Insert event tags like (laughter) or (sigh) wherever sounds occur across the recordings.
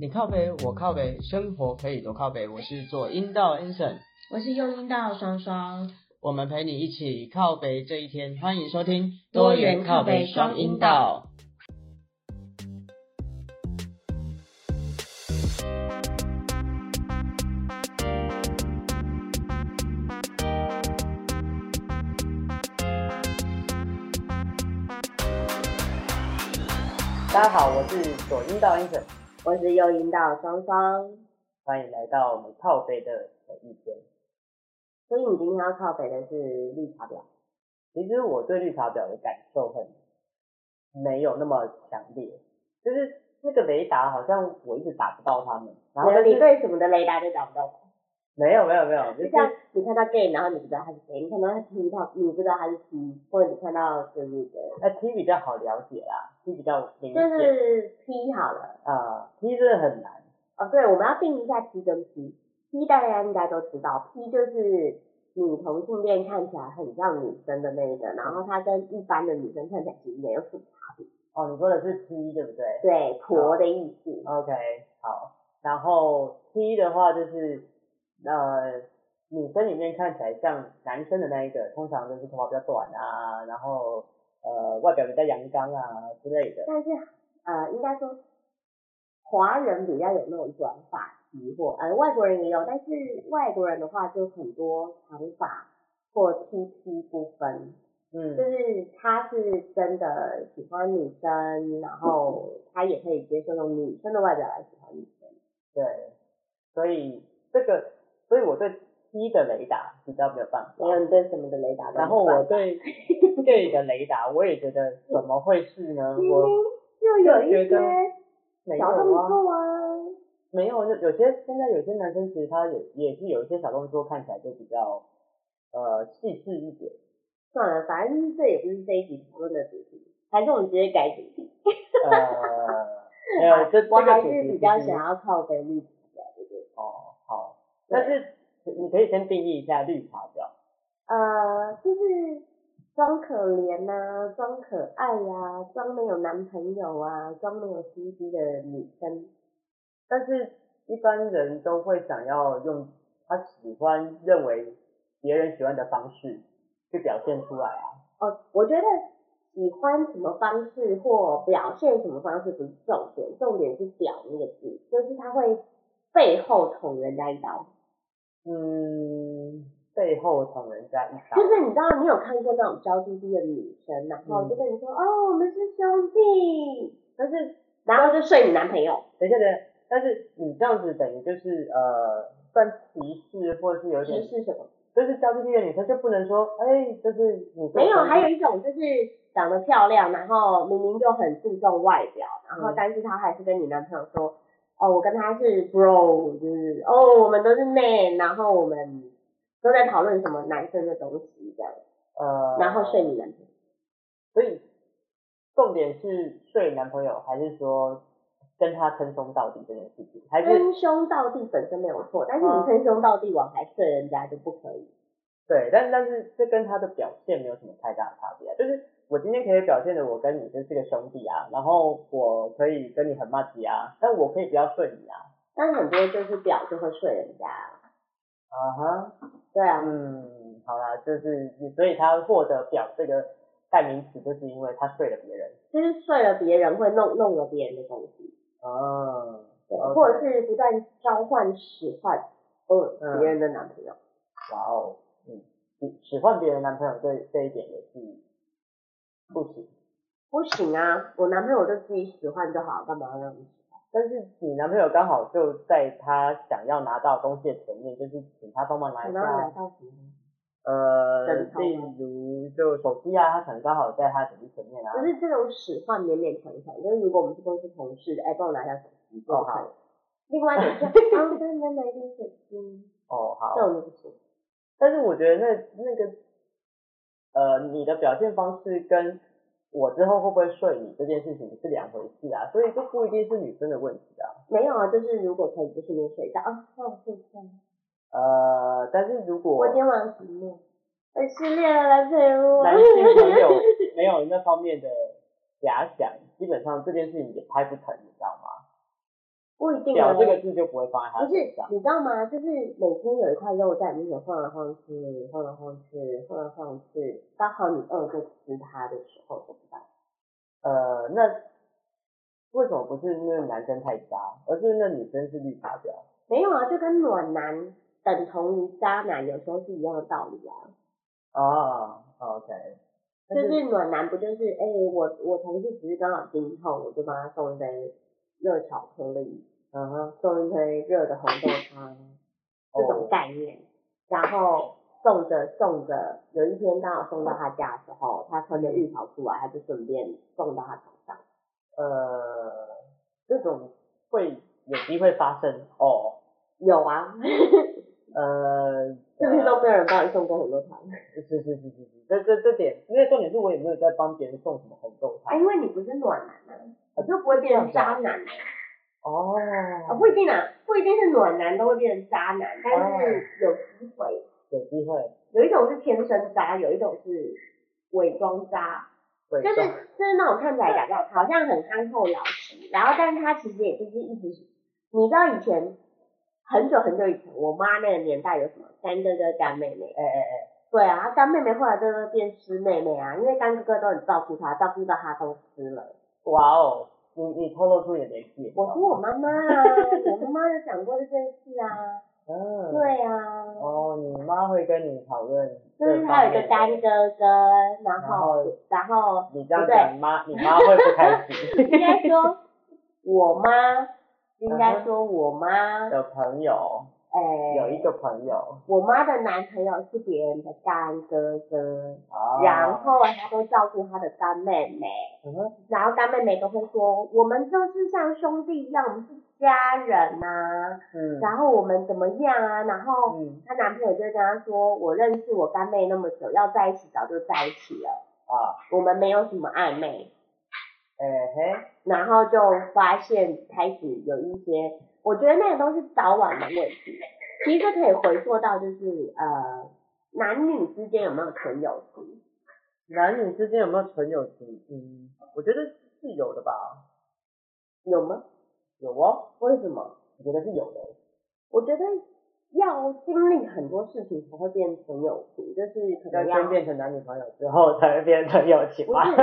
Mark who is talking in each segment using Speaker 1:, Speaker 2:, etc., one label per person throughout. Speaker 1: 你靠北，我靠北，生活可以多靠北。我是左阴道 Anson，
Speaker 2: 我是右音道双双，
Speaker 1: 我们陪你一起靠北这一天。欢迎收听
Speaker 2: 多元靠北双阴道。
Speaker 1: 大家好，我是左阴道 Anson，
Speaker 2: 我是右音道双双。
Speaker 1: 欢迎来到我们靠北的每一天。
Speaker 2: 所以你今天要靠北的是绿茶婊，
Speaker 1: 其实我对绿茶婊的感受很没有那么强烈，就是那个雷达好像我一直打不到他们。然后
Speaker 2: 没有
Speaker 1: 但
Speaker 2: 你
Speaker 1: 是
Speaker 2: 对什么的雷达都找不到。
Speaker 1: 没有没有没有，就
Speaker 2: 就是像你看到 gay，然后你不知道他是谁；你看到他 T，他你不知道他是 T，或者你看到就是呃
Speaker 1: 那 T 比较好了解啦，T 比较明
Speaker 2: 就
Speaker 1: 显
Speaker 2: 是 P 好了。
Speaker 1: 啊、t 真的很难。
Speaker 2: 哦，对，我们要定一下 T 跟 P。P 大家应该都知道，P 就是女同性恋看起来很像女生的那个，然后她跟一般的女生看起来其实没有什么。
Speaker 1: 哦，你说的是 T 对不对
Speaker 2: 对，婆的意思。
Speaker 1: ？OK，好。然后 T 的话就是呃，女生里面看起来像男生的那一个，通常就是头发比较短啊，然后呃外表比较阳刚啊之类的。
Speaker 2: 但是呃，应该说华人比较有那种短发期或呃外国人也有，但是外国人的话就很多长发或 T P 不分，
Speaker 1: 嗯
Speaker 2: 就，是他是真的喜欢女生，然后他也可以接受用女生的外表来喜欢女生。
Speaker 1: 对。所以这个，所以我对 T 的雷达比较没有办法
Speaker 2: 没。有你嗯对什么的雷达都
Speaker 1: 然后我
Speaker 2: 算
Speaker 1: 对 gay 的雷达，我也觉得怎么会是呢？
Speaker 2: (laughs) 明
Speaker 1: 我
Speaker 2: 明就有一
Speaker 1: 觉得
Speaker 2: 些
Speaker 1: 没有
Speaker 2: 小动
Speaker 1: 啊。
Speaker 2: 作啊，
Speaker 1: 没有，就有些现在有些男生其实他也也是有一些小动作，看起来就比较呃细致一点。
Speaker 2: 算了，反正这也不是这一集讨论的主题，还是我们直接改主题。
Speaker 1: 呃，没有，这这
Speaker 2: (laughs) 我还
Speaker 1: 个主
Speaker 2: 是
Speaker 1: 题
Speaker 2: 比较
Speaker 1: 其实
Speaker 2: 想要靠北啊绿茶婊这个。
Speaker 1: 哦好，但是你可以先定义一下绿茶婊。
Speaker 2: 呃，就是装可怜呐、装可爱呀、装没有男朋友啊，装没有心机的女生。
Speaker 1: 但是一般人都会想要用他喜欢认为别人喜欢的方式去表现出来啊。
Speaker 2: 哦，我觉得喜欢什么方式或表现什么方式不是重点，重点是“表”那个字，就是他会背后捅人家一刀。
Speaker 1: 嗯，背后捅人家一刀 (laughs)
Speaker 2: 就。是你知道，你有看过那种娇滴滴的女生，然
Speaker 1: 嗯
Speaker 2: 后就跟你说、哦，我们是兄弟，
Speaker 1: 但是
Speaker 2: 然后就睡你男朋友。
Speaker 1: 等一下，等一下，但是你这样子等于就是呃，算歧视或者是有
Speaker 2: 歧
Speaker 1: 点，
Speaker 2: 视什么？
Speaker 1: 就是交际地的女生就不能说，哎、就是你
Speaker 2: 没有，还有
Speaker 1: 一
Speaker 2: 一种就是长得漂亮，然后明明就很注重外表，然后
Speaker 1: 嗯
Speaker 2: 但是她还是跟你男朋友说，哦，我跟他是 bro，就是哦，我们都是 man，然后我们都在讨论什么男生的东西这样，
Speaker 1: 呃，
Speaker 2: 然后睡，你男朋友。
Speaker 1: 所以重点是睡男朋友，还是说跟他称兄道弟这件事情，还是、
Speaker 2: 称兄道弟本身没有错，但是你
Speaker 1: 嗯
Speaker 2: 称兄道弟往还睡人家就不可以。
Speaker 1: 对，但但是这跟他的表现没有什么太大的差别、啊，就是我今天可以表现的我跟你就是个兄弟啊，然后我可以跟你很骂街啊，但我可以不要睡你啊，
Speaker 2: 但是很多就是表就会睡人家，
Speaker 1: 啊哈。
Speaker 2: 对啊，
Speaker 1: 嗯，好啦，就是所以他获得“表”这个代名词，就是因为他睡了别人。
Speaker 2: 就是睡了别人会弄弄了别人的东西。
Speaker 1: 哦，
Speaker 2: 对
Speaker 1: OK
Speaker 2: 或者是不断交换使唤呃
Speaker 1: 嗯
Speaker 2: 别人的男朋友，
Speaker 1: 哇哦，嗯，使使唤别人男朋友这这一点也是不行。
Speaker 2: 不行啊，我男朋友就自己使唤就好，干嘛要让你？
Speaker 1: 但是你男朋友刚好就在他想要拿到东西的前面，就是请他帮忙拿
Speaker 2: 我
Speaker 1: 一
Speaker 2: 哪有
Speaker 1: 下，
Speaker 2: 拿到什么？
Speaker 1: 呃，
Speaker 2: 枕头
Speaker 1: 例如就手机啊，他可能刚好在他手机前面啊。
Speaker 2: 可是这种使唤勉勉强强，就是如果我们是公司同事，哎，帮我拿一下手机，这
Speaker 1: 哦
Speaker 2: 个可以。
Speaker 1: 好，
Speaker 2: 另外
Speaker 1: (laughs)
Speaker 2: 一种是，啊，我帮你拿一点手机，
Speaker 1: 哦好
Speaker 2: 这。种就不行。
Speaker 1: 但是我觉得那那个，呃，你的表现方式跟我之后会不会睡你这件事情是两回事啊，所以就不一定是女生的问题啊。
Speaker 2: 没有啊，就是如果可以就顺便睡一觉啊，那我睡一觉。
Speaker 1: 呃，但是如果
Speaker 2: 我今天晚上什么？我失恋了，来陪我。
Speaker 1: 男性朋友没有那方面的遐想，基本上这件事情也拍不成，你知道吗？
Speaker 2: (laughs) 不一定
Speaker 1: 屌
Speaker 2: 哦
Speaker 1: 这个字就不会放在他
Speaker 2: 不是
Speaker 1: 身上，。
Speaker 2: 你知道吗？就是每天有一块肉在你面前晃来晃去，晃来晃去，晃来晃去，刚好你饿就吃它的时候怎么办？
Speaker 1: 呃，那为什么不是那个男生太渣，而是那女生是绿茶婊？
Speaker 2: 没有啊，就跟暖男等同于渣男，有时候是一样的道理啊。
Speaker 1: 哦，OK，
Speaker 2: 就
Speaker 1: 但
Speaker 2: 是暖男不就是哎、我我同事只是刚好经痛，我就帮他送一杯热巧克力，
Speaker 1: 嗯哼，
Speaker 2: 送一杯热的红豆汤，这种
Speaker 1: 哦
Speaker 2: 概念。然后送着送着，有一天刚好送到他家的时候，他穿着浴袍出来，他就顺便送到他床上。
Speaker 1: 呃，这种会有机会发生哦，
Speaker 2: 有啊， (laughs)
Speaker 1: 呃，
Speaker 2: 是不是都没有人帮你送过红豆汤？
Speaker 1: 是是是是是，这这这点，因为重点是我也没有在帮别人送什么红豆
Speaker 2: 啊，
Speaker 1: 汤。
Speaker 2: 因为你不是暖男啊，你就不会变成渣男啊。
Speaker 1: 哦，
Speaker 2: 啊，不一定啊，不一定是暖男都会变成渣男，但是有机会。
Speaker 1: 有机会，
Speaker 2: 有一种是天生渣，有一种是伪装渣，
Speaker 1: 对，
Speaker 2: 就是就是那种看起来感觉好像很憨厚老实，然后但是他其实也就是一直，你知道以前很久很久以前，我妈那个年代有什么干哥哥干妹妹，
Speaker 1: 哎哎哎，
Speaker 2: 对啊，她干妹妹后来就变师妹妹啊，因为干哥哥都很照顾她，照顾到她都吃了。
Speaker 1: 哇哦，你你透露出你的年纪，
Speaker 2: 我说我妈 (laughs) 妈啊，我妈妈有讲过这件事啊，
Speaker 1: 嗯，，
Speaker 2: 对啊，
Speaker 1: 哦，你妈会跟你讨论，
Speaker 2: 就是她有一个干
Speaker 1: 干，
Speaker 2: 哥哥，然后然后。
Speaker 1: 你这样讲，妈你妈会不开心 (laughs)
Speaker 2: 应该说我妈，应该说我妈， (laughs)
Speaker 1: 有朋友，
Speaker 2: 哎，
Speaker 1: 有一个朋友，
Speaker 2: 我妈的男朋友是别人的干哥哥，
Speaker 1: 哦，
Speaker 2: 然，后她都照顾她的干妹妹，
Speaker 1: 嗯哼，
Speaker 2: 然后干妹妹都会说我们就是像兄弟一样，我们是家人呐、啊
Speaker 1: 嗯，
Speaker 2: 然后我们怎么样啊，然后。
Speaker 1: 嗯
Speaker 2: 她男朋友就会跟她说：“我认识我干妹那么久，要在一起早就在一起了，
Speaker 1: 啊，
Speaker 2: 我们没有什么暧昧。”
Speaker 1: 哎嘿，
Speaker 2: 然后就发现开始有一些，我觉得那个都是早晚的问题。其实这可以回溯到就是呃，男女之间有没有纯友情？
Speaker 1: 男女之间有没有纯友情？嗯，我觉得是有的吧，
Speaker 2: 有吗？
Speaker 1: 有哦，
Speaker 2: 为什么？
Speaker 1: 我觉得是有的。
Speaker 2: 我觉得要经历很多事情才会变纯友情，就是可
Speaker 1: 要
Speaker 2: 能要
Speaker 1: 先变成男女朋友之后才会变成友情
Speaker 2: 不
Speaker 1: 吧？
Speaker 2: 是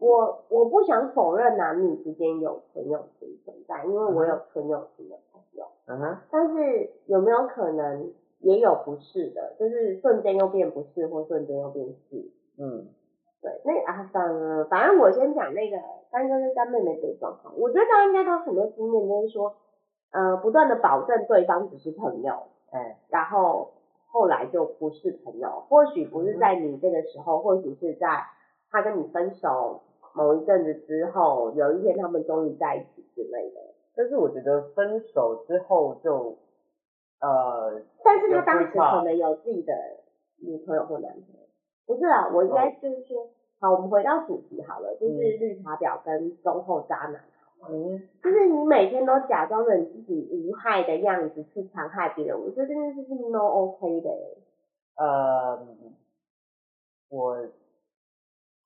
Speaker 2: 我我不想否认男女之间有纯友情存在，因为我有纯友情的朋友。
Speaker 1: (laughs) 嗯哼，
Speaker 2: 但是有没有可能也有不是的，就是瞬间又变不是，或瞬间又变是？
Speaker 1: 嗯，
Speaker 2: 对，那啊，反正反正我先讲那个干哥跟干妹妹这个状况，我觉得大家应该都有很多经验，就是说，呃，不断的保证对方只是朋友，
Speaker 1: 哎，
Speaker 2: 然后后来就不是朋友，或许不是在你这个时候，或许是在他跟你分手某一阵子之后，有一天他们终于在一起之类的。
Speaker 1: 但是我觉得分手之后就，呃，
Speaker 2: 但是他当时可能有自己的女朋友或男朋友，不是啊，我应该就是说，好，我们回到主题好了，就是
Speaker 1: 哦嗯
Speaker 2: 绿茶婊跟忠厚渣男，
Speaker 1: 嗯，
Speaker 2: 就是你每天都假装着你自己无害的样子去残害别人，我觉得这件事是 no OK 的欸，
Speaker 1: 呃，我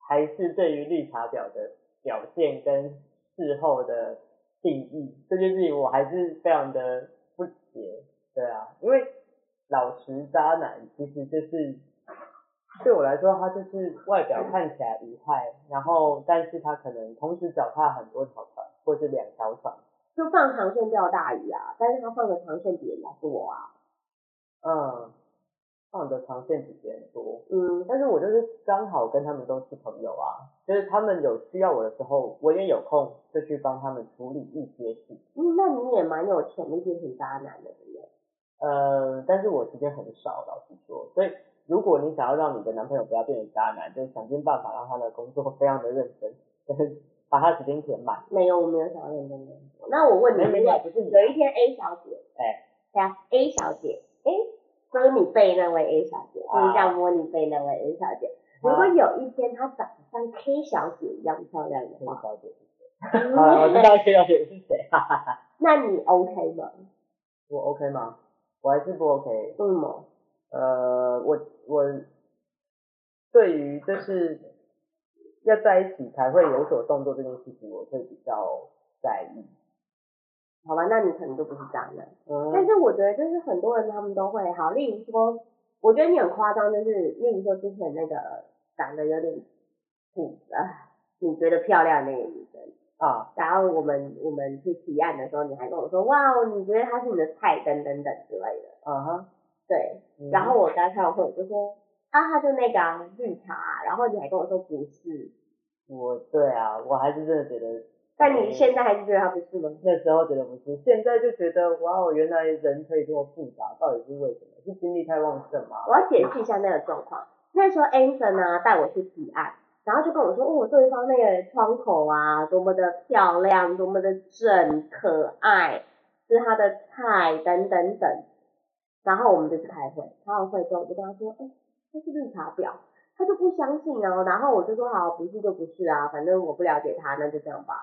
Speaker 1: 还是对于绿茶婊的表现跟事后的定义这件事情，我还是非常的不解。对啊，因为老实渣男其实就是对我来说，他就是外表看起来无害，然后但是他可能同时脚踏很多条船，或是两条船。
Speaker 2: 就放长线钓大鱼啊，但是他放的长线比人家多啊，
Speaker 1: 嗯，放的长线比别人多。
Speaker 2: 嗯，
Speaker 1: 但是我就是刚好跟他们都是朋友啊，就是他们有需要我的时候，我也有空就去帮他们处理一些事。
Speaker 2: 嗯那你也蛮有潜力变成渣男的，对不对？
Speaker 1: 呃，但是我时间很少，老实说，所以如果你想要让你的男朋友不要变成渣男，就是想尽办法让他的工作非常的认真，就是把他时间填满。
Speaker 2: 没有，我没有想要认真的。那我问你，
Speaker 1: 没
Speaker 2: 如
Speaker 1: 没
Speaker 2: 果
Speaker 1: 没，不是你，
Speaker 2: 有一天 A 小姐，
Speaker 1: 哎
Speaker 2: 对啊，A 小姐，哎，就是你背那位 A 小姐，哦
Speaker 1: 啊
Speaker 2: 就是这样摸你背那位 A 小姐。如果有一天她长得像 K 小姐一样漂亮的
Speaker 1: 这个
Speaker 2: 话，嗯
Speaker 1: 小姐，啊，我知道这个小姐是谁，哈哈哈，
Speaker 2: 那你 OK 吗？
Speaker 1: 我 OK 吗？我还是不 OK。
Speaker 2: 为什么？
Speaker 1: 呃，我我对于就是要在一起才会有所动作这件事情，我会比较在意。
Speaker 2: 好吧，那你可能就不是渣男。但
Speaker 1: 嗯
Speaker 2: 是我觉得就是很多人他们都会好，例如说，我觉得你很夸张，就是例如说之前那个长得有点土呃，你觉得漂亮的那个女生，
Speaker 1: 啊，
Speaker 2: 然后我们我们去提案的时候，你还跟我说哇，你觉得她是你的菜等等等之类的，
Speaker 1: 啊哈，
Speaker 2: 对。
Speaker 1: 嗯
Speaker 2: 然后我刚开完会我就说啊，她就那个、啊、绿茶啊、然后你还跟我说不是，
Speaker 1: 我对啊，我还是真的觉得，
Speaker 2: 但
Speaker 1: 嗯
Speaker 2: 你现在还是觉得她不是吗？
Speaker 1: 那时候觉得不是，现在就觉得哇哦，原来人可以这么复杂，到底是为什么？是精力太旺盛吗？
Speaker 2: 我要解释一下那个状况。那时候 Anson 呢带我去提案，然后就跟我说，哦，对方那个窗口啊，多么的漂亮，多么的正，可爱，是他的菜，等等等。然后我们就去开会，开完会之后我就跟他说，哎、这是绿茶婊，他就不相信啊。然后我就说，好，不是就不是啊，反正我不了解他，那就这样吧。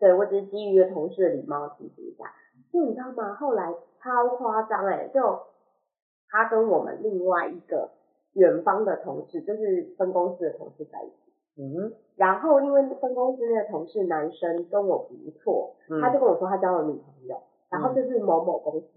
Speaker 2: 对我只是基于一个同事的礼貌提示一下。就你知道吗？后来超夸张哎、就他跟我们另外一个远方的同事，就是分公司的同事在一起。
Speaker 1: 嗯
Speaker 2: 然后因为分公司那个同事男生跟我不错，
Speaker 1: 哼，
Speaker 2: 他就跟我说他交了女朋友，然后就是某某公司，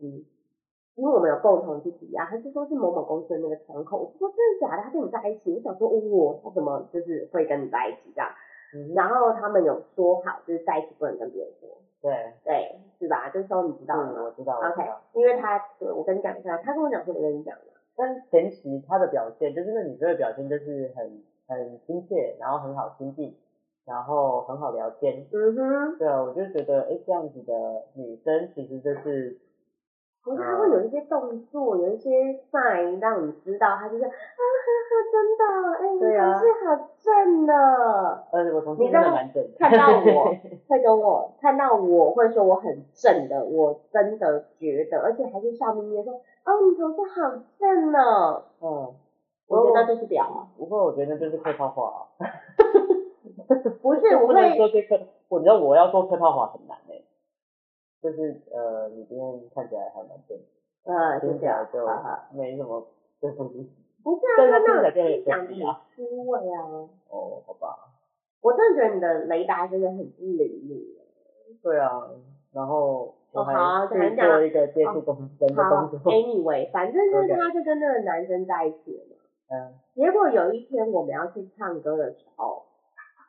Speaker 2: 因为我们有共同去抵押，他就说是某某公司的那个窗口。我说真的假的？他跟你在一起？我想说，哦，他怎么就是会跟你在一起这样？
Speaker 1: 嗯哼，
Speaker 2: 然后他们有说好，就是在一起不能跟别人说，
Speaker 1: 对，
Speaker 2: 对，是吧？这时候你知道了吗
Speaker 1: 嗯，？我知道，我知
Speaker 2: OK，
Speaker 1: 道。
Speaker 2: 因为他，对我跟你讲一下，他跟我讲说，我跟你讲嘛，
Speaker 1: 但是前期他的表现，就是那女生的表现，就是很很亲切，然后很好亲近，然后很好聊天，
Speaker 2: 嗯哼，
Speaker 1: 对啊，我就觉得，哎，这样子的女生其实就是，
Speaker 2: 可是他会有一些动作，有一些 sign 让你知道，他就是啊，呵呵，真的，哎、
Speaker 1: 对啊
Speaker 2: 你是好正的，
Speaker 1: 呃，我同事
Speaker 2: 你
Speaker 1: 真的
Speaker 2: 让
Speaker 1: 蛮正的，
Speaker 2: 看到 (laughs) 我会跟我看到我会说我很正的，我真的觉得，而且还是笑眯眯地说，哦，你头发好正哦，
Speaker 1: 嗯，
Speaker 2: 我觉得这是表啊，
Speaker 1: 不过我觉得就是客套话啊，
Speaker 2: (laughs)
Speaker 1: (laughs)
Speaker 2: 不是，我
Speaker 1: 不能
Speaker 2: 会
Speaker 1: 说这客，我觉得我要说客套话很难诶、就是呃，你今天看起来还蛮正，
Speaker 2: 呃，
Speaker 1: 听
Speaker 2: 是
Speaker 1: 起
Speaker 2: 这
Speaker 1: 来
Speaker 2: 样，
Speaker 1: 就
Speaker 2: 哈哈，
Speaker 1: 没什么，对不起，
Speaker 2: 不是
Speaker 1: 但
Speaker 2: 啊，
Speaker 1: 是
Speaker 2: 他
Speaker 1: 他听起
Speaker 2: 那
Speaker 1: 来就很
Speaker 2: 种讲
Speaker 1: 生气
Speaker 2: 你
Speaker 1: 啊，
Speaker 2: 虚伪啊。
Speaker 1: 哦，好吧，
Speaker 2: 我真的觉得你的雷达真的很不灵敏。
Speaker 1: 对啊，然后我
Speaker 2: 哦好
Speaker 1: 还
Speaker 2: 啊等一
Speaker 1: 去
Speaker 2: 下
Speaker 1: 做一个接触工人的
Speaker 2: 哦好啊哎
Speaker 1: 工作，
Speaker 2: ，anyway，反正就是
Speaker 1: OK
Speaker 2: 他就跟那个男生在一起了嘛。
Speaker 1: 嗯
Speaker 2: 结果有一天我们要去唱歌的时候，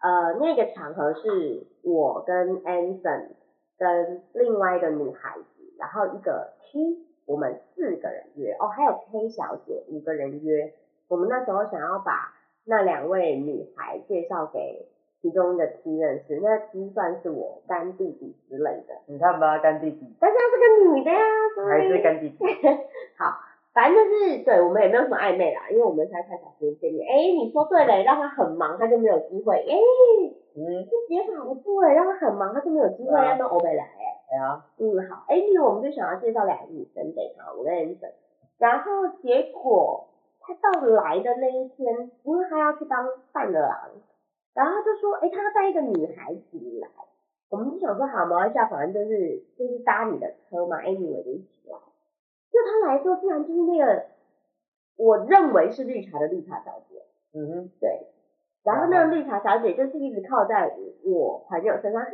Speaker 2: 呃，那个场合是我跟 Anson 跟另外一个女孩子，然后一个 T，我们四个人约哦，还有 K 小姐五个人约。我们那时候想要把那两位女孩介绍给其中一个 T 认识，那 T 算是我干弟弟之类的。
Speaker 1: 你看吧，干弟弟
Speaker 2: 但是她是个女的呀，所以
Speaker 1: 还是干弟弟，
Speaker 2: (laughs) 好，反正就是对我们也没有什么暧昧啦，因为我们才太少时间见面。哎、你说对了，让他很忙，他就没有机会。哎、
Speaker 1: 嗯，
Speaker 2: 这解法不错哎，让他很忙，他就没有机会
Speaker 1: 对啊
Speaker 2: 让他欧北来哎。
Speaker 1: 哎呀。
Speaker 2: 嗯，好，哎、因为我们就想要介绍两个女生给他，我跟 a n 然后结果他到来的那一天，因为他要去当伴郎，然后他就说，哎、他要哎带一个女孩子来。我们就想说，好，没关系啊，反正就是就是搭你的车嘛，anyway 就一起来。就他来之后，竟然就是那个我认为是绿茶的绿茶小姐，
Speaker 1: 嗯哼，
Speaker 2: 对。然后那个绿茶小姐就是一直靠在我朋友身上，啊，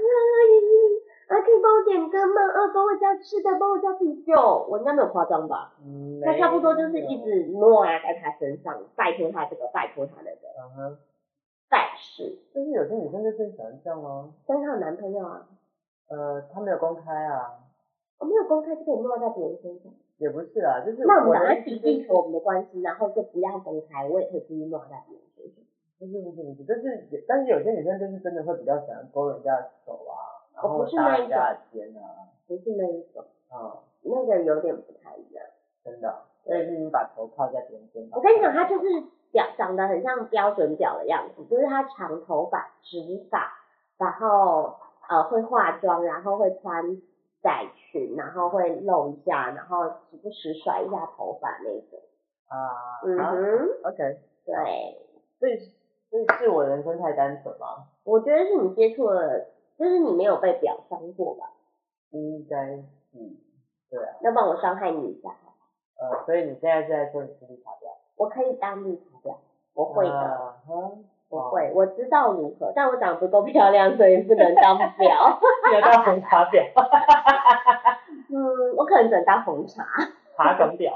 Speaker 2: 啊，可以帮我点歌吗？啊，帮我叫吃的，帮我叫啤酒，我应该没有夸张吧？
Speaker 1: 嗯
Speaker 2: 那差不多就是一，
Speaker 1: 没有
Speaker 2: 直挪啊在他身上，拜托他这个，拜托他那个。
Speaker 1: 嗯哼，
Speaker 2: 但是，
Speaker 1: 就是有些女生就是喜欢这样哦，
Speaker 2: 但是她有男朋友啊，
Speaker 1: 呃，她没有公开啊，
Speaker 2: 我没有公开就可以挪在别人身上。
Speaker 1: 也不是啊，就是
Speaker 2: 那我们
Speaker 1: 的
Speaker 2: 把它
Speaker 1: 意
Speaker 2: 洗
Speaker 1: 思就是
Speaker 2: 净我们的关系，然后就不要公开，我也可以故意挪在别人身上。
Speaker 1: 不是不是不是，就是有但是有些女生就是真的会比较喜欢勾人家的手啊，然
Speaker 2: 我不
Speaker 1: 后
Speaker 2: 是
Speaker 1: 搭
Speaker 2: 那一
Speaker 1: 人家的肩啊，
Speaker 2: 不是那一种，
Speaker 1: 嗯，
Speaker 2: 那个有点不太一样。
Speaker 1: 真的，所以是你把头靠在别人肩膀，
Speaker 2: 我跟你讲，他就是表长得很像标准表的样子，就是他长头发、直发，然后呃会化妆，然后会穿窄裙，然后会露一下，然后时不时甩一下头发那种。
Speaker 1: 啊，
Speaker 2: 嗯
Speaker 1: 啊
Speaker 2: 哼，
Speaker 1: ，OK，
Speaker 2: 对，
Speaker 1: 所以所以是我人生太单纯吗？
Speaker 2: 我觉得是你接触了，就是你没有被表伤过吧？
Speaker 1: 应该是，对啊，
Speaker 2: 要不然我伤害你一下好了，
Speaker 1: 呃，所以你现在是在说你是绿茶婊，
Speaker 2: 我可以当绿茶婊，我会的，嗯
Speaker 1: 啊，哼
Speaker 2: 不
Speaker 1: 哦
Speaker 2: 会，我知道如何，但我长得不够漂亮，所以不能当表。
Speaker 1: 记得当红茶 (laughs) 婊，
Speaker 2: (laughs) 嗯，我可能只能当红茶，
Speaker 1: 茶梗婊。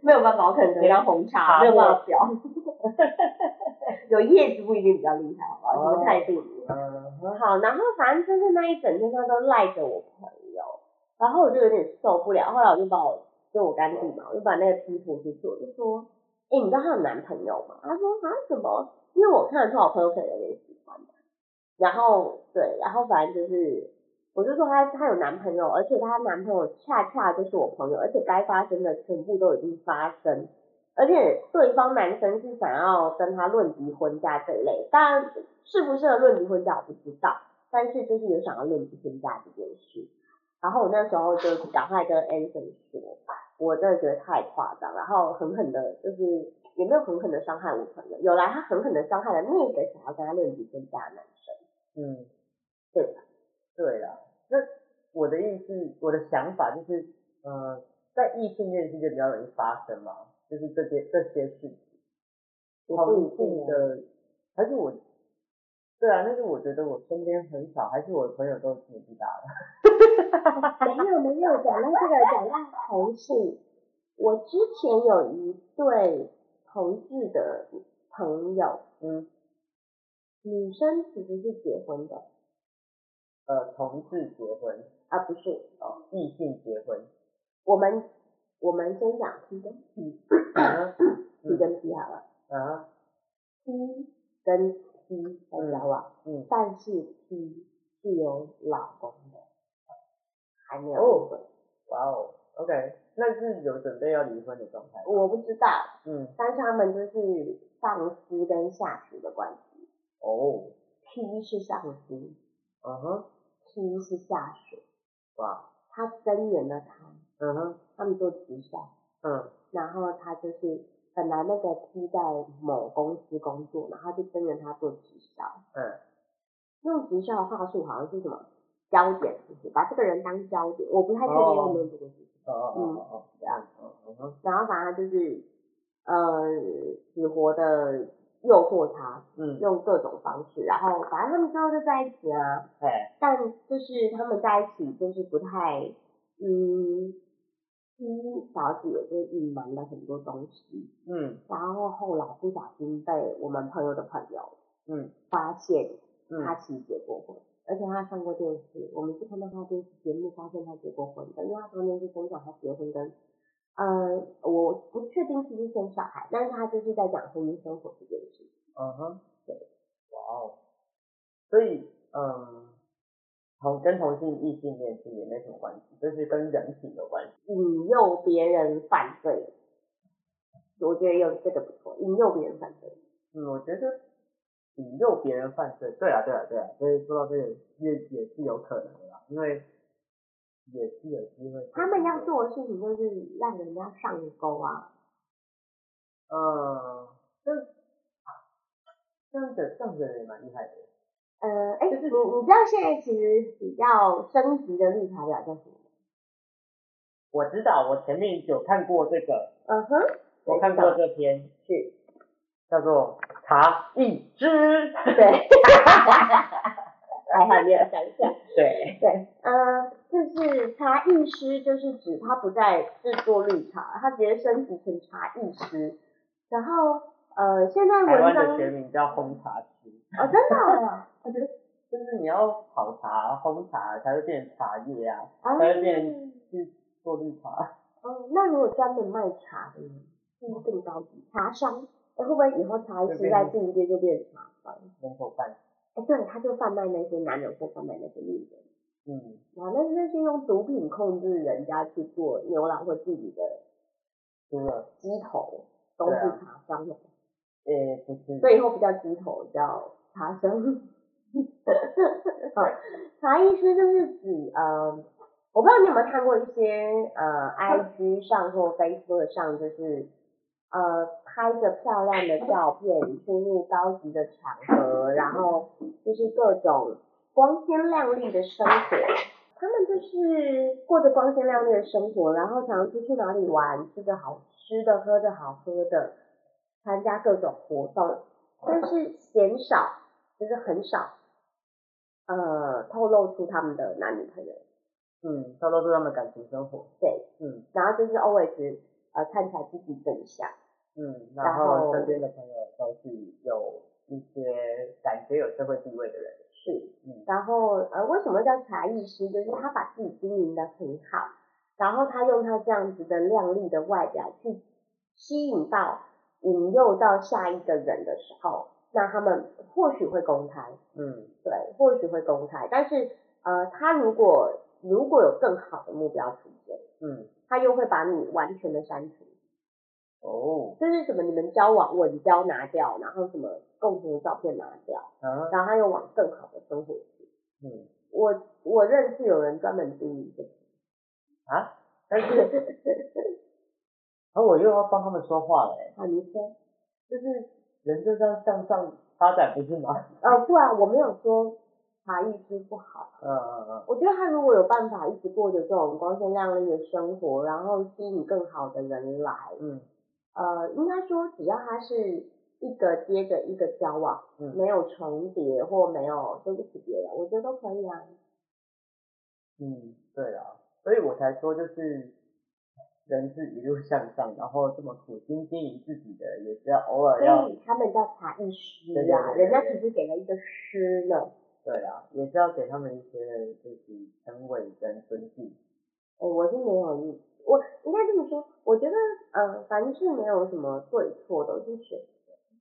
Speaker 2: 没有办法，我可能只能当红茶，没有办法表。 (laughs) 有叶子不一定比较厉害，好不好？
Speaker 1: 哦
Speaker 2: 什么态度？
Speaker 1: 嗯哼，
Speaker 2: 好，然后反正就是那一整天他都赖着我朋友，然后我就有点受不了，后来我就把我就我干弟嘛，我就把那个批出去做，我就说，哎、你知道她有男朋友吗？他说啊什么？因为我看得出来我朋友可能有点喜欢她，然后对，然后反正就是，我就说她她有男朋友，而且她男朋友恰恰就是我朋友，而且该发生的全部都已经发生，而且对方男生是想要跟他论及婚嫁这一类，当然适不适合论及婚嫁我不知道，但是就是有想要论及婚嫁这件事。然后我那时候就赶快跟 Anson 说，我真的觉得太夸张，然后狠狠的，就是也没有狠狠的伤害我朋友，有来他狠狠的伤害了那个想要跟他论及婚嫁的男生。
Speaker 1: 嗯，
Speaker 2: 对吧
Speaker 1: 对啦，那我的意思，我的想法就是，呃，在异性恋世界比较容易发生嘛，就是这些这些事情，
Speaker 2: 也
Speaker 1: 同
Speaker 2: 不一
Speaker 1: 性
Speaker 2: 定啊
Speaker 1: 的，还是我，对啊，但是我觉得我身边很少，还是我的朋友都年纪大了，
Speaker 2: 啊没有没有，讲到这个，讲到同事，我之前有一对同志的朋友，
Speaker 1: 嗯，
Speaker 2: 女生其实是结婚的
Speaker 1: 呃，同志结婚，
Speaker 2: 啊，不是
Speaker 1: 哦，异性结婚，
Speaker 2: 我们我们先讲 P 跟
Speaker 1: 啊
Speaker 2: P，P 跟 P 好了
Speaker 1: 啊，
Speaker 2: ，P 跟 P 在交往，
Speaker 1: 嗯，
Speaker 2: 但是 P 是有老公的，还没有
Speaker 1: 哦
Speaker 2: 离婚，
Speaker 1: 哇哦，OK，那是有准备要离婚的状态，
Speaker 2: 我不知道，
Speaker 1: 嗯，
Speaker 2: 但是他们就是上司跟下属的关系
Speaker 1: 哦，
Speaker 2: ，P 是上司
Speaker 1: 嗯哼，
Speaker 2: ，P 是下属，
Speaker 1: 哇，
Speaker 2: 他增援了他，
Speaker 1: 嗯哼，
Speaker 2: 他们做直销。
Speaker 1: 嗯，
Speaker 2: 然后他就是本来那个 T 在某公司工作，然后就跟着他做直销。
Speaker 1: 嗯，
Speaker 2: 用直销的话术好像是什么焦点，就是把这个人当焦点，我不太确定有没有这个事情。
Speaker 1: 哦哦哦哦，这样，嗯嗯哼。
Speaker 2: 然后反正他就是呃死活的诱惑他，
Speaker 1: 嗯，
Speaker 2: 用各种方式，然后反正他们最后就在一起了。
Speaker 1: 哎，
Speaker 2: 但就是他们在一起就是不太，嗯，一小姐就隐瞒了很多东西，
Speaker 1: 嗯
Speaker 2: 然后后来不小心被我们朋友的朋友
Speaker 1: 嗯
Speaker 2: 发现他
Speaker 1: 嗯，
Speaker 2: 其实结过婚，而且他上过电视，我们是看到他电视节目发现他结过婚的，因为他当天是分享他结婚跟，呃，我不确定是不是生小孩，但是他就是在讲婚姻生活这件事。
Speaker 1: 嗯哼，对，哇哦，所以嗯，同跟同性异性恋是也没什么关系，就是跟人品有关系。
Speaker 2: 引诱别人犯罪，我觉得有这个不错，引诱别人犯罪。
Speaker 1: 嗯，我觉得引诱别人犯罪，对啊对啊对啊，所以说到这个也也是有可能的啦，因为也是有机会。
Speaker 2: 他们要，做的事情就是让人家上钩啊，
Speaker 1: 嗯，这这样子这样子也蛮厉害的。
Speaker 2: 呃，哎、你你知道现在其实比较升级的绿茶婊叫什么吗？
Speaker 1: 我知道，我前面有看过这个，
Speaker 2: 嗯哼，
Speaker 1: 我看过这篇，
Speaker 2: 是，
Speaker 1: 叫做《茶一枝》。
Speaker 2: (laughs) (laughs) 对，还好你有想象，
Speaker 1: 对，
Speaker 2: (laughs) 对，呃，就是茶艺师，就是指他不再制作绿茶，他直接升级成茶艺师，然后呃，现在
Speaker 1: 台湾
Speaker 2: 文
Speaker 1: 的
Speaker 2: 章
Speaker 1: 学名叫烘茶师，
Speaker 2: 哦，真的 (laughs) 哦，我觉得
Speaker 1: 就是你要泡茶、烘茶才会变成茶叶啊，
Speaker 2: 啊
Speaker 1: 才会变去做绿茶。
Speaker 2: 哦，那如果专门卖茶的呢？是不是更高级？茶商，哎、会不会以后茶艺师再进阶就变茶商？
Speaker 1: 人口贩子，
Speaker 2: 哎、对，他就贩卖那些男人或贩卖那些女人，
Speaker 1: 嗯，
Speaker 2: 哇，那那些用毒品控制人家去做牛郎或妓女的
Speaker 1: 除了
Speaker 2: 鸡头，都是
Speaker 1: 对啊
Speaker 2: 茶商了。
Speaker 1: 诶呃不是，
Speaker 2: 所以以后不叫鸡头，叫茶生。好，茶艺哦师就是指呃，我不知道你有没有看过一些呃，IG 上或 Facebook 上，就是呃拍着漂亮的照片，进入高级的场合，然后就是各种光鲜亮丽的生活。他们就是过着光鲜亮丽的生活，然后常常出去哪里玩，吃着好吃的，喝着好喝的，参加各种活动，但是鲜少，就是很少，呃，透露出他们的男女朋友。
Speaker 1: 嗯，透露出他们的感情生活，
Speaker 2: 对，
Speaker 1: 嗯
Speaker 2: 然后就是 always 呃看起来积极正向，
Speaker 1: 嗯，
Speaker 2: 然
Speaker 1: 然
Speaker 2: 后
Speaker 1: 后身边的朋友都是有一些感觉有社会地位的人，
Speaker 2: 是，
Speaker 1: 嗯
Speaker 2: 然后呃为什么叫茶艺师？就是他把自己经营的很好，然后他用他这样子的靓丽的外表去吸引到、引诱到下一个人的时候，那他们或许会公开，
Speaker 1: 嗯
Speaker 2: 对，或许会公开，但是呃他如果如果有更好的目标出现，
Speaker 1: 嗯，
Speaker 2: 他又会把你完全的删除。
Speaker 1: 哦，
Speaker 2: 就是什么你们交往稳交拿掉，然后什么共同照片拿掉，
Speaker 1: 啊，
Speaker 2: 然后他又往更好的生活去。
Speaker 1: 嗯
Speaker 2: 我我认识有人专门经营这个，
Speaker 1: 啊，但是， (laughs) 而哦我又要帮他们说话了、欸，
Speaker 2: 啊，你说，
Speaker 1: 就是人生上向上发展不是吗？
Speaker 2: 呃，不然我没有说茶艺师不好，
Speaker 1: 嗯嗯嗯，
Speaker 2: 我觉得他如果有办法一直过着这种光鲜亮丽的生活，然后吸引更好的人来，
Speaker 1: 嗯
Speaker 2: 呃，应该说只要他是一个接着一个交往，
Speaker 1: 嗯
Speaker 2: 没有重叠或没有对不起别人，我觉得都可以啊。
Speaker 1: 嗯，对啊，所以我才说就是人是一路向上，然后这么苦心经营自己的，也是要偶尔要
Speaker 2: 所以他们叫茶艺师
Speaker 1: 对对
Speaker 2: 啊，
Speaker 1: 对对
Speaker 2: 人家
Speaker 1: 对
Speaker 2: 只是给了一个师呢。
Speaker 1: 对啊，也是要给他们一些就是称谓跟尊敬。
Speaker 2: 哎，我是没有意，我应该这么说，我觉得呃，凡事没有什么对错，都是选。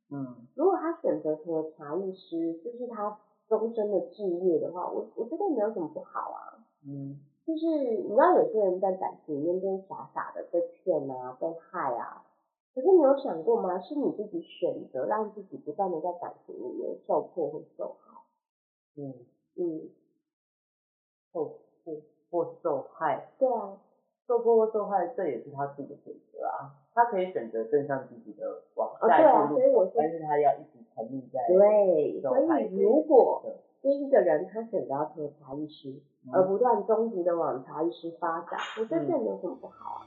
Speaker 1: 嗯
Speaker 2: 如果他选择成为茶艺师，这是他终身的志业的话，我我觉得没有什么不好啊。
Speaker 1: 嗯
Speaker 2: 就是你知道有些人在感情里面就是傻傻的被骗啊，被害啊。可是你有想过吗？是你自己选择让自己不断的在感情里面受迫或受害。
Speaker 1: 嗯，
Speaker 2: 嗯，
Speaker 1: 受或或受害，
Speaker 2: 对啊，
Speaker 1: 受迫或受害，这也是他自己的选择啊。他可以选择正向自己的往
Speaker 2: 哦
Speaker 1: 下
Speaker 2: 对
Speaker 1: 一
Speaker 2: 啊，
Speaker 1: 步
Speaker 2: 所
Speaker 1: 路，
Speaker 2: 以我说
Speaker 1: 但是他要一直沉溺在
Speaker 2: 对，
Speaker 1: 受
Speaker 2: 所
Speaker 1: 害
Speaker 2: 以
Speaker 1: 这
Speaker 2: 如
Speaker 1: 一
Speaker 2: 果
Speaker 1: 个
Speaker 2: 第一个人他选择要成为茶艺师，
Speaker 1: 嗯
Speaker 2: 而不断终极的往茶艺师发展，我觉得这也没有什么不好啊。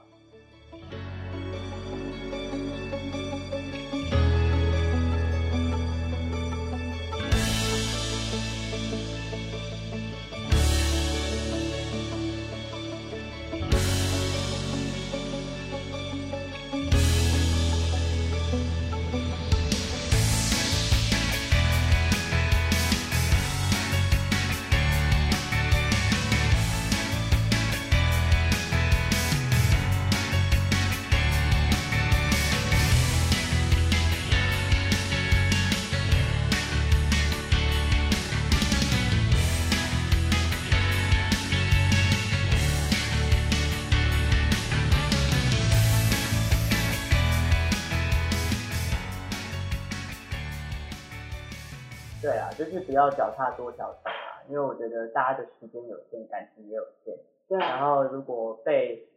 Speaker 1: 对啊，就是不要脚踏多条船啊，因为我觉得大家的时间有限，感情也有限。
Speaker 2: 对啊，
Speaker 1: 然后如果被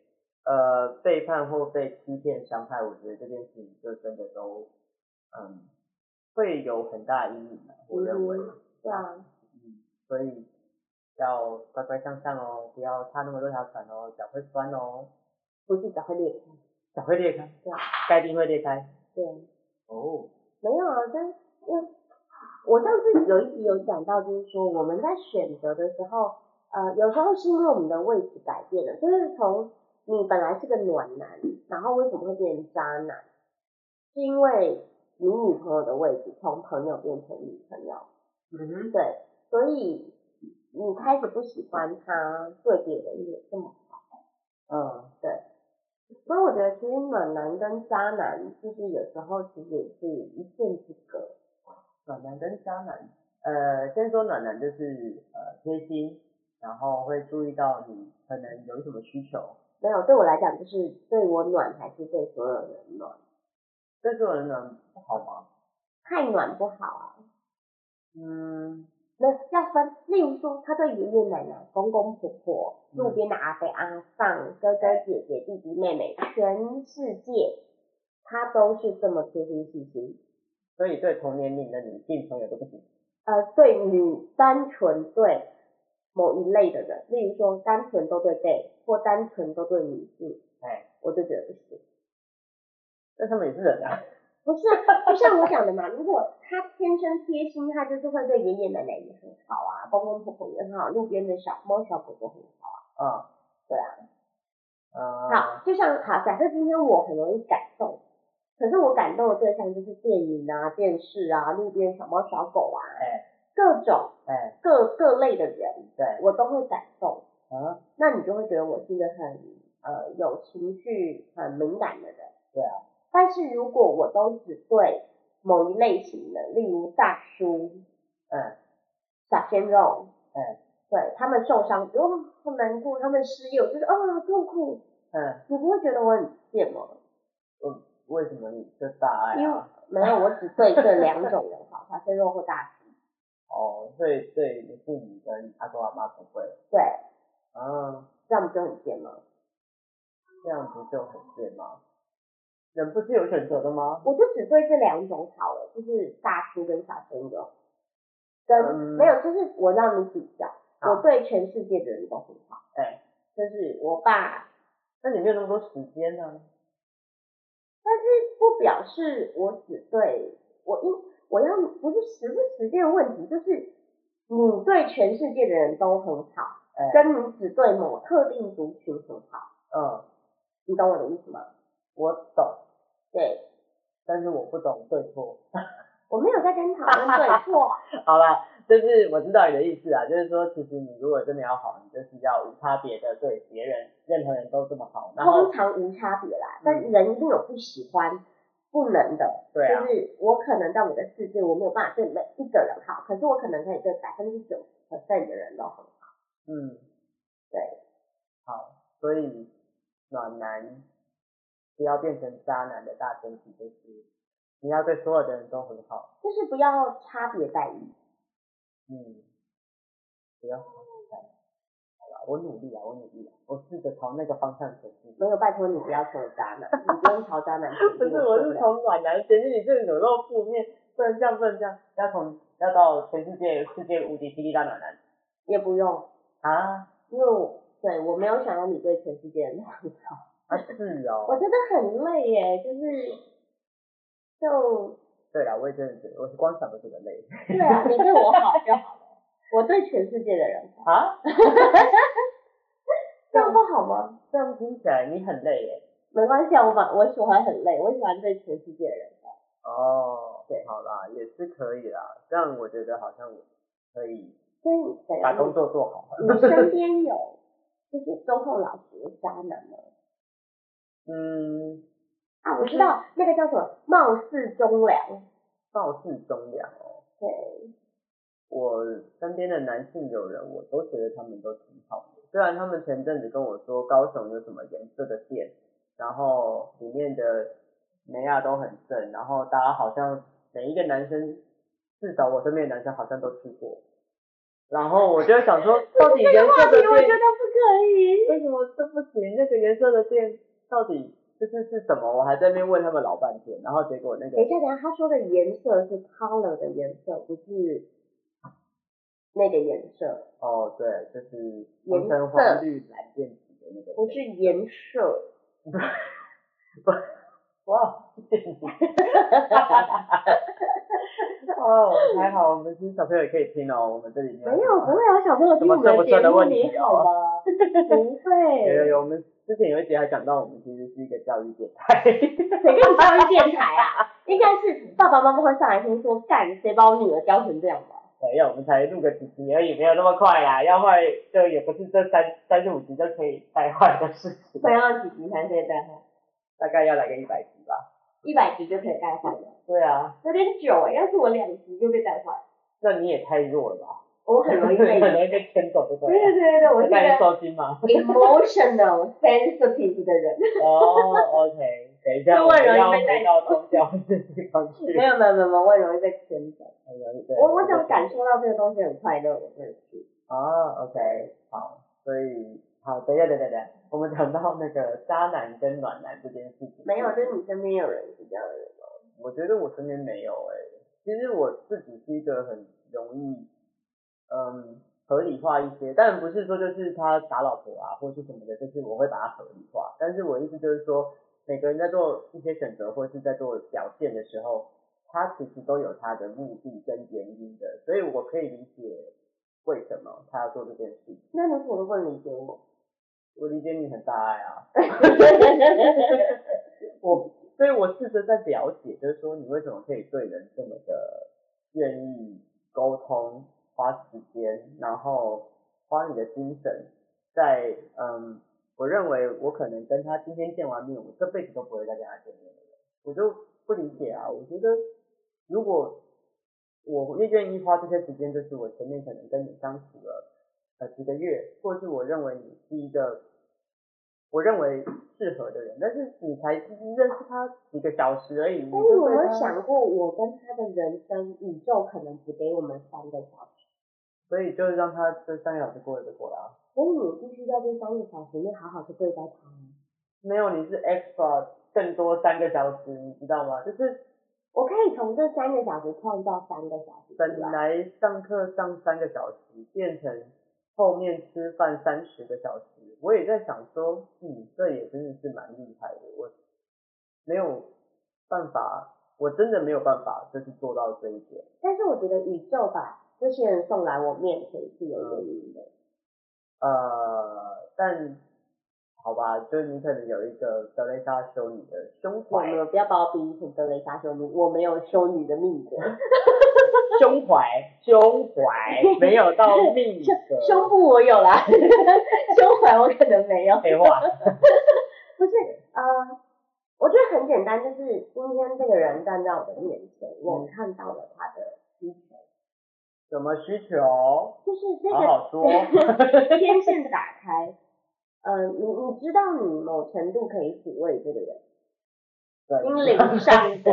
Speaker 1: 呃背叛或被欺骗伤害，我觉得这件事情就真的都嗯会有很大阴影啊，我认为。
Speaker 2: 嗯对啊，
Speaker 1: 嗯，所以要乖乖向上哦，不要踏那么多条船哦，脚会酸哦，
Speaker 2: 不是只会裂开，
Speaker 1: 脚会裂开
Speaker 2: 对啊，
Speaker 1: 盖蒂会裂开。
Speaker 2: 对啊，
Speaker 1: 哦，
Speaker 2: 没有啊，但因为啊我上次有一集有讲到，就是说我们在选择的时候，呃，有时候是因为我们的位置改变了，就是从你本来是个暖男，然后为什么会变成渣男？是因为你女朋友的位置从朋友变成女朋友，
Speaker 1: 嗯哼，
Speaker 2: 对，所以你开始不喜欢他对别人也这么好，
Speaker 1: 嗯，
Speaker 2: 所以我觉得其实暖男跟渣男就是有时候其实也是一线之隔，
Speaker 1: 暖男跟渣男，呃，先说暖男就是呃贴心，然后会注意到你可能有什么需求，
Speaker 2: 没有，对我来讲就是对我暖还是对所有人暖，
Speaker 1: 对这种人暖不好吗？
Speaker 2: 太暖不好啊。
Speaker 1: 嗯，
Speaker 2: 没有要分，例如说他对爷爷奶奶、公公婆婆、路边的阿伯阿丧、哥哥姐姐、弟弟妹妹，全世界他都是这么贴心细心。
Speaker 1: 所以对同年龄的女性朋友都不行。
Speaker 2: 呃，对你单纯对某一类的人，例如说单纯都对 gay 或单纯都对女性，
Speaker 1: 哎，
Speaker 2: 我就觉得不行。
Speaker 1: 但他们也是人啊。
Speaker 2: 不是，就像我讲的嘛，如果他天生贴心，他就是会对爷爷奶奶也很好啊，公公婆婆也很好，路边的小猫小狗都很好。
Speaker 1: 嗯，
Speaker 2: 对啊，
Speaker 1: 嗯，
Speaker 2: 好，就像好，假设今天我很容易感动，可是我感动的对象就是电影啊、电视啊、路边小猫小狗啊，
Speaker 1: 哎
Speaker 2: 各种
Speaker 1: 哎，
Speaker 2: 各各类的人，
Speaker 1: 对，
Speaker 2: 我都会感动。
Speaker 1: 啊，
Speaker 2: 那你就会觉得我是一个很呃有情绪、很敏感的人。
Speaker 1: 对啊。
Speaker 2: 但是如果我都只对某一类型的，例如大叔、
Speaker 1: 嗯
Speaker 2: 小鲜肉，
Speaker 1: 嗯，
Speaker 2: 对他们受伤，比如哦好难过，他们失业，我就是啊、痛苦，
Speaker 1: 嗯，
Speaker 2: 你不会觉得我很贱吗？
Speaker 1: 为什么你这大爱
Speaker 2: 因为
Speaker 1: 啊？
Speaker 2: 没有，我只对这两种人
Speaker 1: (laughs)
Speaker 2: 好，小鲜肉或大叔。
Speaker 1: 哦，所以对你父母跟阿公阿妈不会，
Speaker 2: 对，
Speaker 1: 嗯，
Speaker 2: 这样不就很贱吗？
Speaker 1: 这样不就很贱吗？人不是有选择的吗？
Speaker 2: 我就只对这两种好了，就是大叔跟小鲜肉，跟、
Speaker 1: 嗯
Speaker 2: 没有，就是我让你比较，
Speaker 1: 好
Speaker 2: 我对全世界的人都很好，
Speaker 1: 哎，
Speaker 2: 就是我爸，
Speaker 1: 那你没有那么多时间呢、
Speaker 2: 但是不表示我只对我因我要不是实不实践的问题，就是你对全世界的人都很好，
Speaker 1: 哎，
Speaker 2: 跟你只对某特定族群很好，
Speaker 1: 嗯，
Speaker 2: 你懂我的意思吗？
Speaker 1: 我懂，
Speaker 2: 对，
Speaker 1: 但是我不懂对错。
Speaker 2: 我没有在跟你讨论对错，
Speaker 1: 好啦，就是我知道你的意思啊，就是说，其实你如果真的要好，你就是要无差别的对别人，任何人都这么好， (laughs) 然后
Speaker 2: 通常无差别啦，但
Speaker 1: 嗯
Speaker 2: 人一定有不喜欢、不能的。
Speaker 1: 对啊
Speaker 2: 就，是我可能在我的世界，我没有办法对每一个人好，可是我可能可以对百分之九十 percent 的人都很好。
Speaker 1: 嗯，
Speaker 2: 对，
Speaker 1: 好，所以暖男不要变成渣男的大前提就是，你要对所有的人都很好，
Speaker 2: 就是不要差别待遇。
Speaker 1: 嗯，不要好吧，我努力啊，我努力啊，我试着朝那个方向前进。
Speaker 2: 没有，拜托你不要成为渣
Speaker 1: (laughs)
Speaker 2: 男，你不用朝渣男前进。
Speaker 1: 不是，我是从暖男前进，你这有到负面，不能这样，不能这样，要从要到全世界世界无敌霹雳大暖男
Speaker 2: 也不用，
Speaker 1: 啊
Speaker 2: 因为我对我没有想要你对全世界人都很好。
Speaker 1: 啊是
Speaker 2: 我
Speaker 1: 哦，
Speaker 2: 真的很累耶，就是就
Speaker 1: 对啦，我也真的觉得，我是光想都觉得累
Speaker 2: 对啊，你对我好就好了，我对全世界的人
Speaker 1: (laughs) (laughs)
Speaker 2: 好，
Speaker 1: 啊，
Speaker 2: 这样不好吗？
Speaker 1: 这样听起来你很累耶，
Speaker 2: 没关系啊，我反我喜欢很累，我喜欢对全世界的人好。
Speaker 1: 哦，
Speaker 2: 对
Speaker 1: 好啦，也是可以啦，这样我觉得好像我可以
Speaker 2: 所以等
Speaker 1: 把
Speaker 2: 于
Speaker 1: 工作做好，
Speaker 2: 你身边有就是忠厚老实的渣男吗？
Speaker 1: 嗯，
Speaker 2: 啊，我知道那个叫什么，貌似忠良。
Speaker 1: 貌似忠良哦，
Speaker 2: 对，
Speaker 1: 我身边的男性友人，我都觉得他们都挺好的。虽然他们前阵子跟我说高雄有什么颜色的店，然后里面的美亚都很正，然后大家好像每一个男生，至少我身边的男生好像都去过。然后我就想
Speaker 2: (laughs)
Speaker 1: 说，到底颜色的
Speaker 2: 我觉
Speaker 1: 店
Speaker 2: 得不可以。
Speaker 1: 为什么这不行？那个颜色的店到底就是是什么？我还在那边问他们老半天，然后结果那个
Speaker 2: 等一下，等一下，他说的颜色是 color 的颜色，不是那个颜色，
Speaker 1: 哦对，就是
Speaker 2: 颜
Speaker 1: 红橙
Speaker 2: 色
Speaker 1: 黄绿蓝靛紫的那个店，
Speaker 2: 不是颜色。
Speaker 1: 哇，谢谢你。 (laughs) 哦，还好我们其实小朋友也可以听哦，我们这里
Speaker 2: 没
Speaker 1: 面
Speaker 2: 有，不会有小朋友听我们的节目，你好吗？不
Speaker 1: 有有
Speaker 2: 会，
Speaker 1: 有，我们之前有一节还讲到，我们其实是一个教育电台。(laughs)
Speaker 2: (laughs) 谁跟你教育电台啊？应该是爸爸妈妈会上来听说，干谁把我女儿教成这样吧？
Speaker 1: 对，要我们才录个几集而已，没有那么快啦，要坏就也不是这三三十五集就可以带坏的事情，
Speaker 2: 会要几集才可以带坏？
Speaker 1: 大概要来个一百集吧。
Speaker 2: 一百集就可以带坏了，
Speaker 1: 对啊，
Speaker 2: 有点久哎、要是我两集就被带坏，
Speaker 1: 那你也太弱了吧，
Speaker 2: 我很容易被
Speaker 1: (laughs) 很
Speaker 2: 影响。
Speaker 1: 容易被牵走，对不
Speaker 2: (laughs) 对对
Speaker 1: 对？
Speaker 2: 对对，我是
Speaker 1: 那你
Speaker 2: 个
Speaker 1: 收心吗？
Speaker 2: emotional sensitive 的人。
Speaker 1: 哦，OK，等一下，
Speaker 2: 就
Speaker 1: 我
Speaker 2: 会
Speaker 1: 们
Speaker 2: 容易
Speaker 1: 要
Speaker 2: 被带
Speaker 1: 回到宗教的地方去。
Speaker 2: 没有没有没有，我很容易被牵走。
Speaker 1: 很容易被
Speaker 2: 我我想感受到这个东西很快乐，我真的是。
Speaker 1: 哦，OK，好，所以好，等一下，等一下，等一下，我们讲到那个渣男跟暖男这件事情，
Speaker 2: 没有，就是你身边有人是这样的人吗？
Speaker 1: 我觉得我身边没有哎、其实我自己是一个很容易，嗯，合理化一些，但不是说就是他打老婆啊或是什么的，就是我会把它合理化。但是我意思就是说，每个人在做一些选择或是在做表现的时候，他其实都有他的目的跟原因的，所以我可以理解为什么他要做这件事情。
Speaker 2: 那你怎么不理解 (laughs) 我？
Speaker 1: 我理解你很大爱啊，我所以，我试着在了解，就是说你为什么可以对人这么的愿意沟通，花时间，然后花你的精神在嗯，我认为我可能跟他今天见完面，我这辈子都不会再跟他见面的人，我就不理解啊。我觉得如果我会愿意花这些时间，就是我前面可能跟你相处了呃几个月，或是我认为你是一个我认为适合的人，但是你才认识他几个小时而已，你
Speaker 2: 但是
Speaker 1: 就
Speaker 2: 有没
Speaker 1: 对
Speaker 2: 有
Speaker 1: 他，
Speaker 2: 想过，我跟他的人生宇宙可能只给我们三个小时，
Speaker 1: 所以就是让他这三个小时过了就过了啊。
Speaker 2: 所以你必须在这三个小时内好好的对待他。
Speaker 1: 没有，你是 extra 更多三个小时，你知道吗？就是
Speaker 2: 我可以从这三个小时创造三个小时
Speaker 1: 本
Speaker 2: 出来，
Speaker 1: 来上课上三个小时，变成后面吃饭三十个小时。我也在想说，嗯，这也真的是蛮厉害的，我没有办法，我真的没有办法，就是做到这一点。
Speaker 2: 但是我觉得宇宙把这些人送来我面前是有原因的。
Speaker 1: 呃，但好吧，就是你可能有一个德雷莎修女的胸
Speaker 2: 我
Speaker 1: 怀，
Speaker 2: 们不要把我比喻成德雷莎修女，我没有修女的命格，
Speaker 1: 胸怀，胸怀没有到命
Speaker 2: 胸
Speaker 1: 格
Speaker 2: 胸部我有 (laughs) 啦，胸怀我可能没有。
Speaker 1: 废话。
Speaker 2: 不是，呃，我觉得很简单，就是今天这个人站在我的面前，我看到了他的需求，
Speaker 1: 什么需求？
Speaker 2: 就是这
Speaker 1: 好
Speaker 2: 个
Speaker 1: 好说。
Speaker 2: 天线打开，呃，你你知道你某程度可以抚慰这个人，
Speaker 1: 对
Speaker 2: 心灵上 (laughs) 的。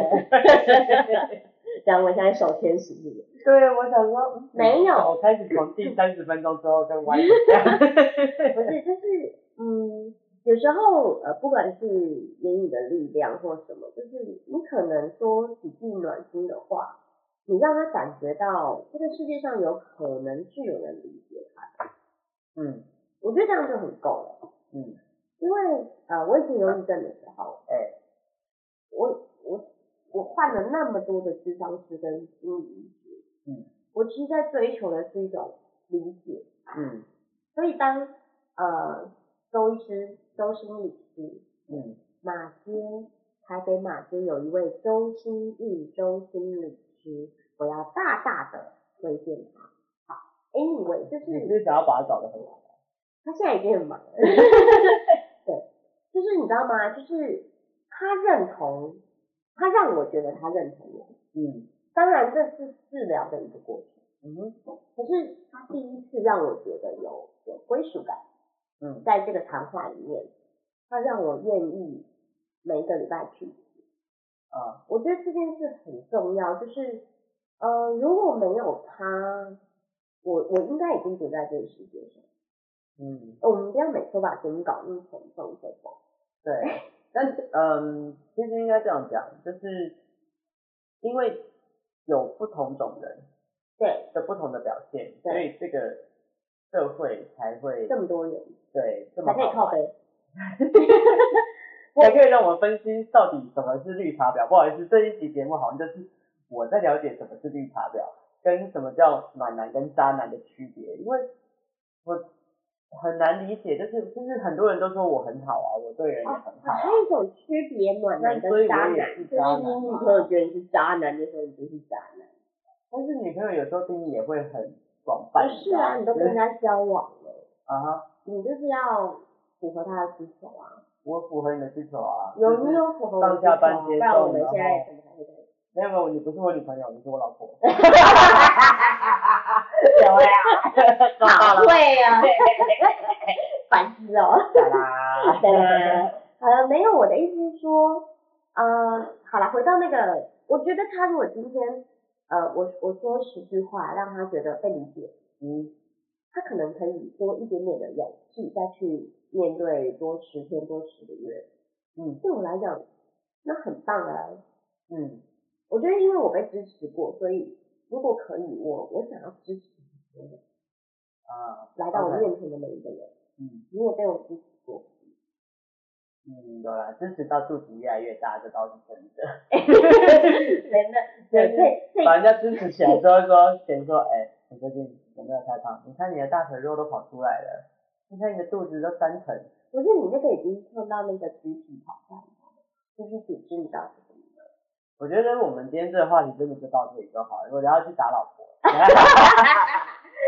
Speaker 2: 然后我现在手天使是不是
Speaker 1: 对，我想说嗯
Speaker 2: 没有
Speaker 1: 我开始从第三十分钟之后跟歪头这样。
Speaker 2: 不是，就是嗯，有时候呃，不管是言语的力量或什么，就是你可能说几句暖心的话，你让他感觉到这个世界上有可能是有人理解他，
Speaker 1: 嗯
Speaker 2: 我觉得这样就很够了。
Speaker 1: 嗯，
Speaker 2: 因为呃，我以前忧郁症的时候，
Speaker 1: 哎、
Speaker 2: 我我我换了那么多的智商师跟心理医师，
Speaker 1: 嗯，
Speaker 2: 我其实在追求的是一种理解，
Speaker 1: 嗯
Speaker 2: 所以当呃周医师、周心理师
Speaker 1: 嗯
Speaker 2: 马街，台北马街有一位周心玉周心理师，我要大大的推荐他。好，Anyway，就
Speaker 1: 你
Speaker 2: 是
Speaker 1: 是想要把它搞得很好？
Speaker 2: 他现在已经很忙了，对，就是你知道吗？就是他认同，他让我觉得他认同我。
Speaker 1: 嗯
Speaker 2: 当然，这是治疗的一个过程，
Speaker 1: 嗯
Speaker 2: 可是他第一次让我觉得有有归属感。
Speaker 1: 嗯
Speaker 2: 在这个谈话里面，他让我愿意每一个礼拜去
Speaker 1: 啊
Speaker 2: 我觉得这件事很重要，就是呃，如果没有他，我我应该已经不在这个世界上。
Speaker 1: 嗯，
Speaker 2: 我们不要每次把节目搞成沉重沉重。
Speaker 1: 对。但嗯，其实应该这样讲，就是因为有不同种人
Speaker 2: 对，
Speaker 1: 的不同的表现，
Speaker 2: 对
Speaker 1: 所以这个社会才会
Speaker 2: 这么多人
Speaker 1: 对这么
Speaker 2: 才可以
Speaker 1: 好
Speaker 2: 靠
Speaker 1: 玩。
Speaker 2: 背。
Speaker 1: 才可以让我分析到底什么是绿茶婊。不好意思，这一期节目好像就是我在了解什么是绿茶婊，跟什么叫暖男跟渣男的区别，因为我很难理解，就是就是很多人都说我很好啊，我对人也很好啊
Speaker 2: 还，有一种区别，暖男
Speaker 1: 那所以
Speaker 2: 跟
Speaker 1: 我
Speaker 2: 渣
Speaker 1: 也
Speaker 2: 男，
Speaker 1: 是
Speaker 2: 就是
Speaker 1: 渣
Speaker 2: 你
Speaker 1: 男
Speaker 2: 女
Speaker 1: 嘛
Speaker 2: 朋友觉得你是渣男的时候，你就是渣男。
Speaker 1: 但是女朋友有时候对你也会很广泛，
Speaker 2: 不是啊，你都
Speaker 1: 就
Speaker 2: 跟人家交往了，
Speaker 1: 啊哈，
Speaker 2: 你就是要符合他的需求啊。
Speaker 1: 我符合你的需求啊，
Speaker 2: 有
Speaker 1: 就是
Speaker 2: 你有符合我的
Speaker 1: 上
Speaker 2: 需求
Speaker 1: 下
Speaker 2: 啊，
Speaker 1: 班接
Speaker 2: 不然我
Speaker 1: 送
Speaker 2: 们
Speaker 1: 然
Speaker 2: 现在
Speaker 1: 后
Speaker 2: 怎么还会在一起？
Speaker 1: 没有没有，你不是我女朋友，你是我老
Speaker 2: (laughs)
Speaker 1: 婆，
Speaker 2: 有呀， (laughs)
Speaker 1: 抓啊到了，
Speaker 2: 会呀， (laughs) 烦死哦。
Speaker 1: 哒啦，
Speaker 2: (laughs) 对呃，没有，我的意思是说，呃，好了，回到那个，我觉得他如果今天，呃，我我说十句话让他觉得被理解，
Speaker 1: 嗯。
Speaker 2: 他可能可以多一点点的勇气再去面对多十天多十个月。
Speaker 1: 嗯
Speaker 2: 对我来讲，那很棒啊。
Speaker 1: 嗯
Speaker 2: 我觉得因为我被支持过，所以如果可以，我我想要支持很多人
Speaker 1: 啊，
Speaker 2: 来到我
Speaker 1: OK
Speaker 2: 面前的每一个人。
Speaker 1: 嗯
Speaker 2: 你也被我支持过，
Speaker 1: 嗯，有啦，支持到肚子越来越大，这倒是真的。 (laughs)
Speaker 2: 真的，对，这
Speaker 1: 把人
Speaker 2: 这
Speaker 1: 家支持起来之后说，谁说，哎、你最近有没有太胖？你看你的大腿肉都跑出来了，你看你的肚子都三层。
Speaker 2: 不是你那个已经碰到那个肢体挑战了，就是体质你知道是什么吗？
Speaker 1: 我觉得我们今天这个话题真的就到这里就好了。我等下去打老
Speaker 2: (laughs)
Speaker 1: 婆。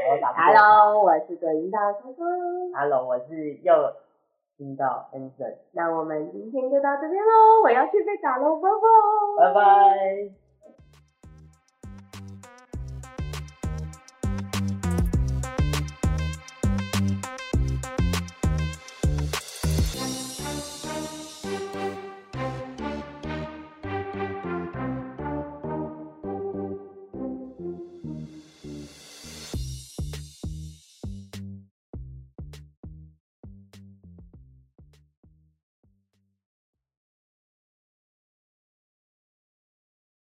Speaker 1: 我打不过
Speaker 2: Hello，我是葛云大叔叔，
Speaker 1: Hello，我是又听到 Anson，
Speaker 2: 那我们今天就到这边喽，我要去被打喽，啵啵，
Speaker 1: 拜拜。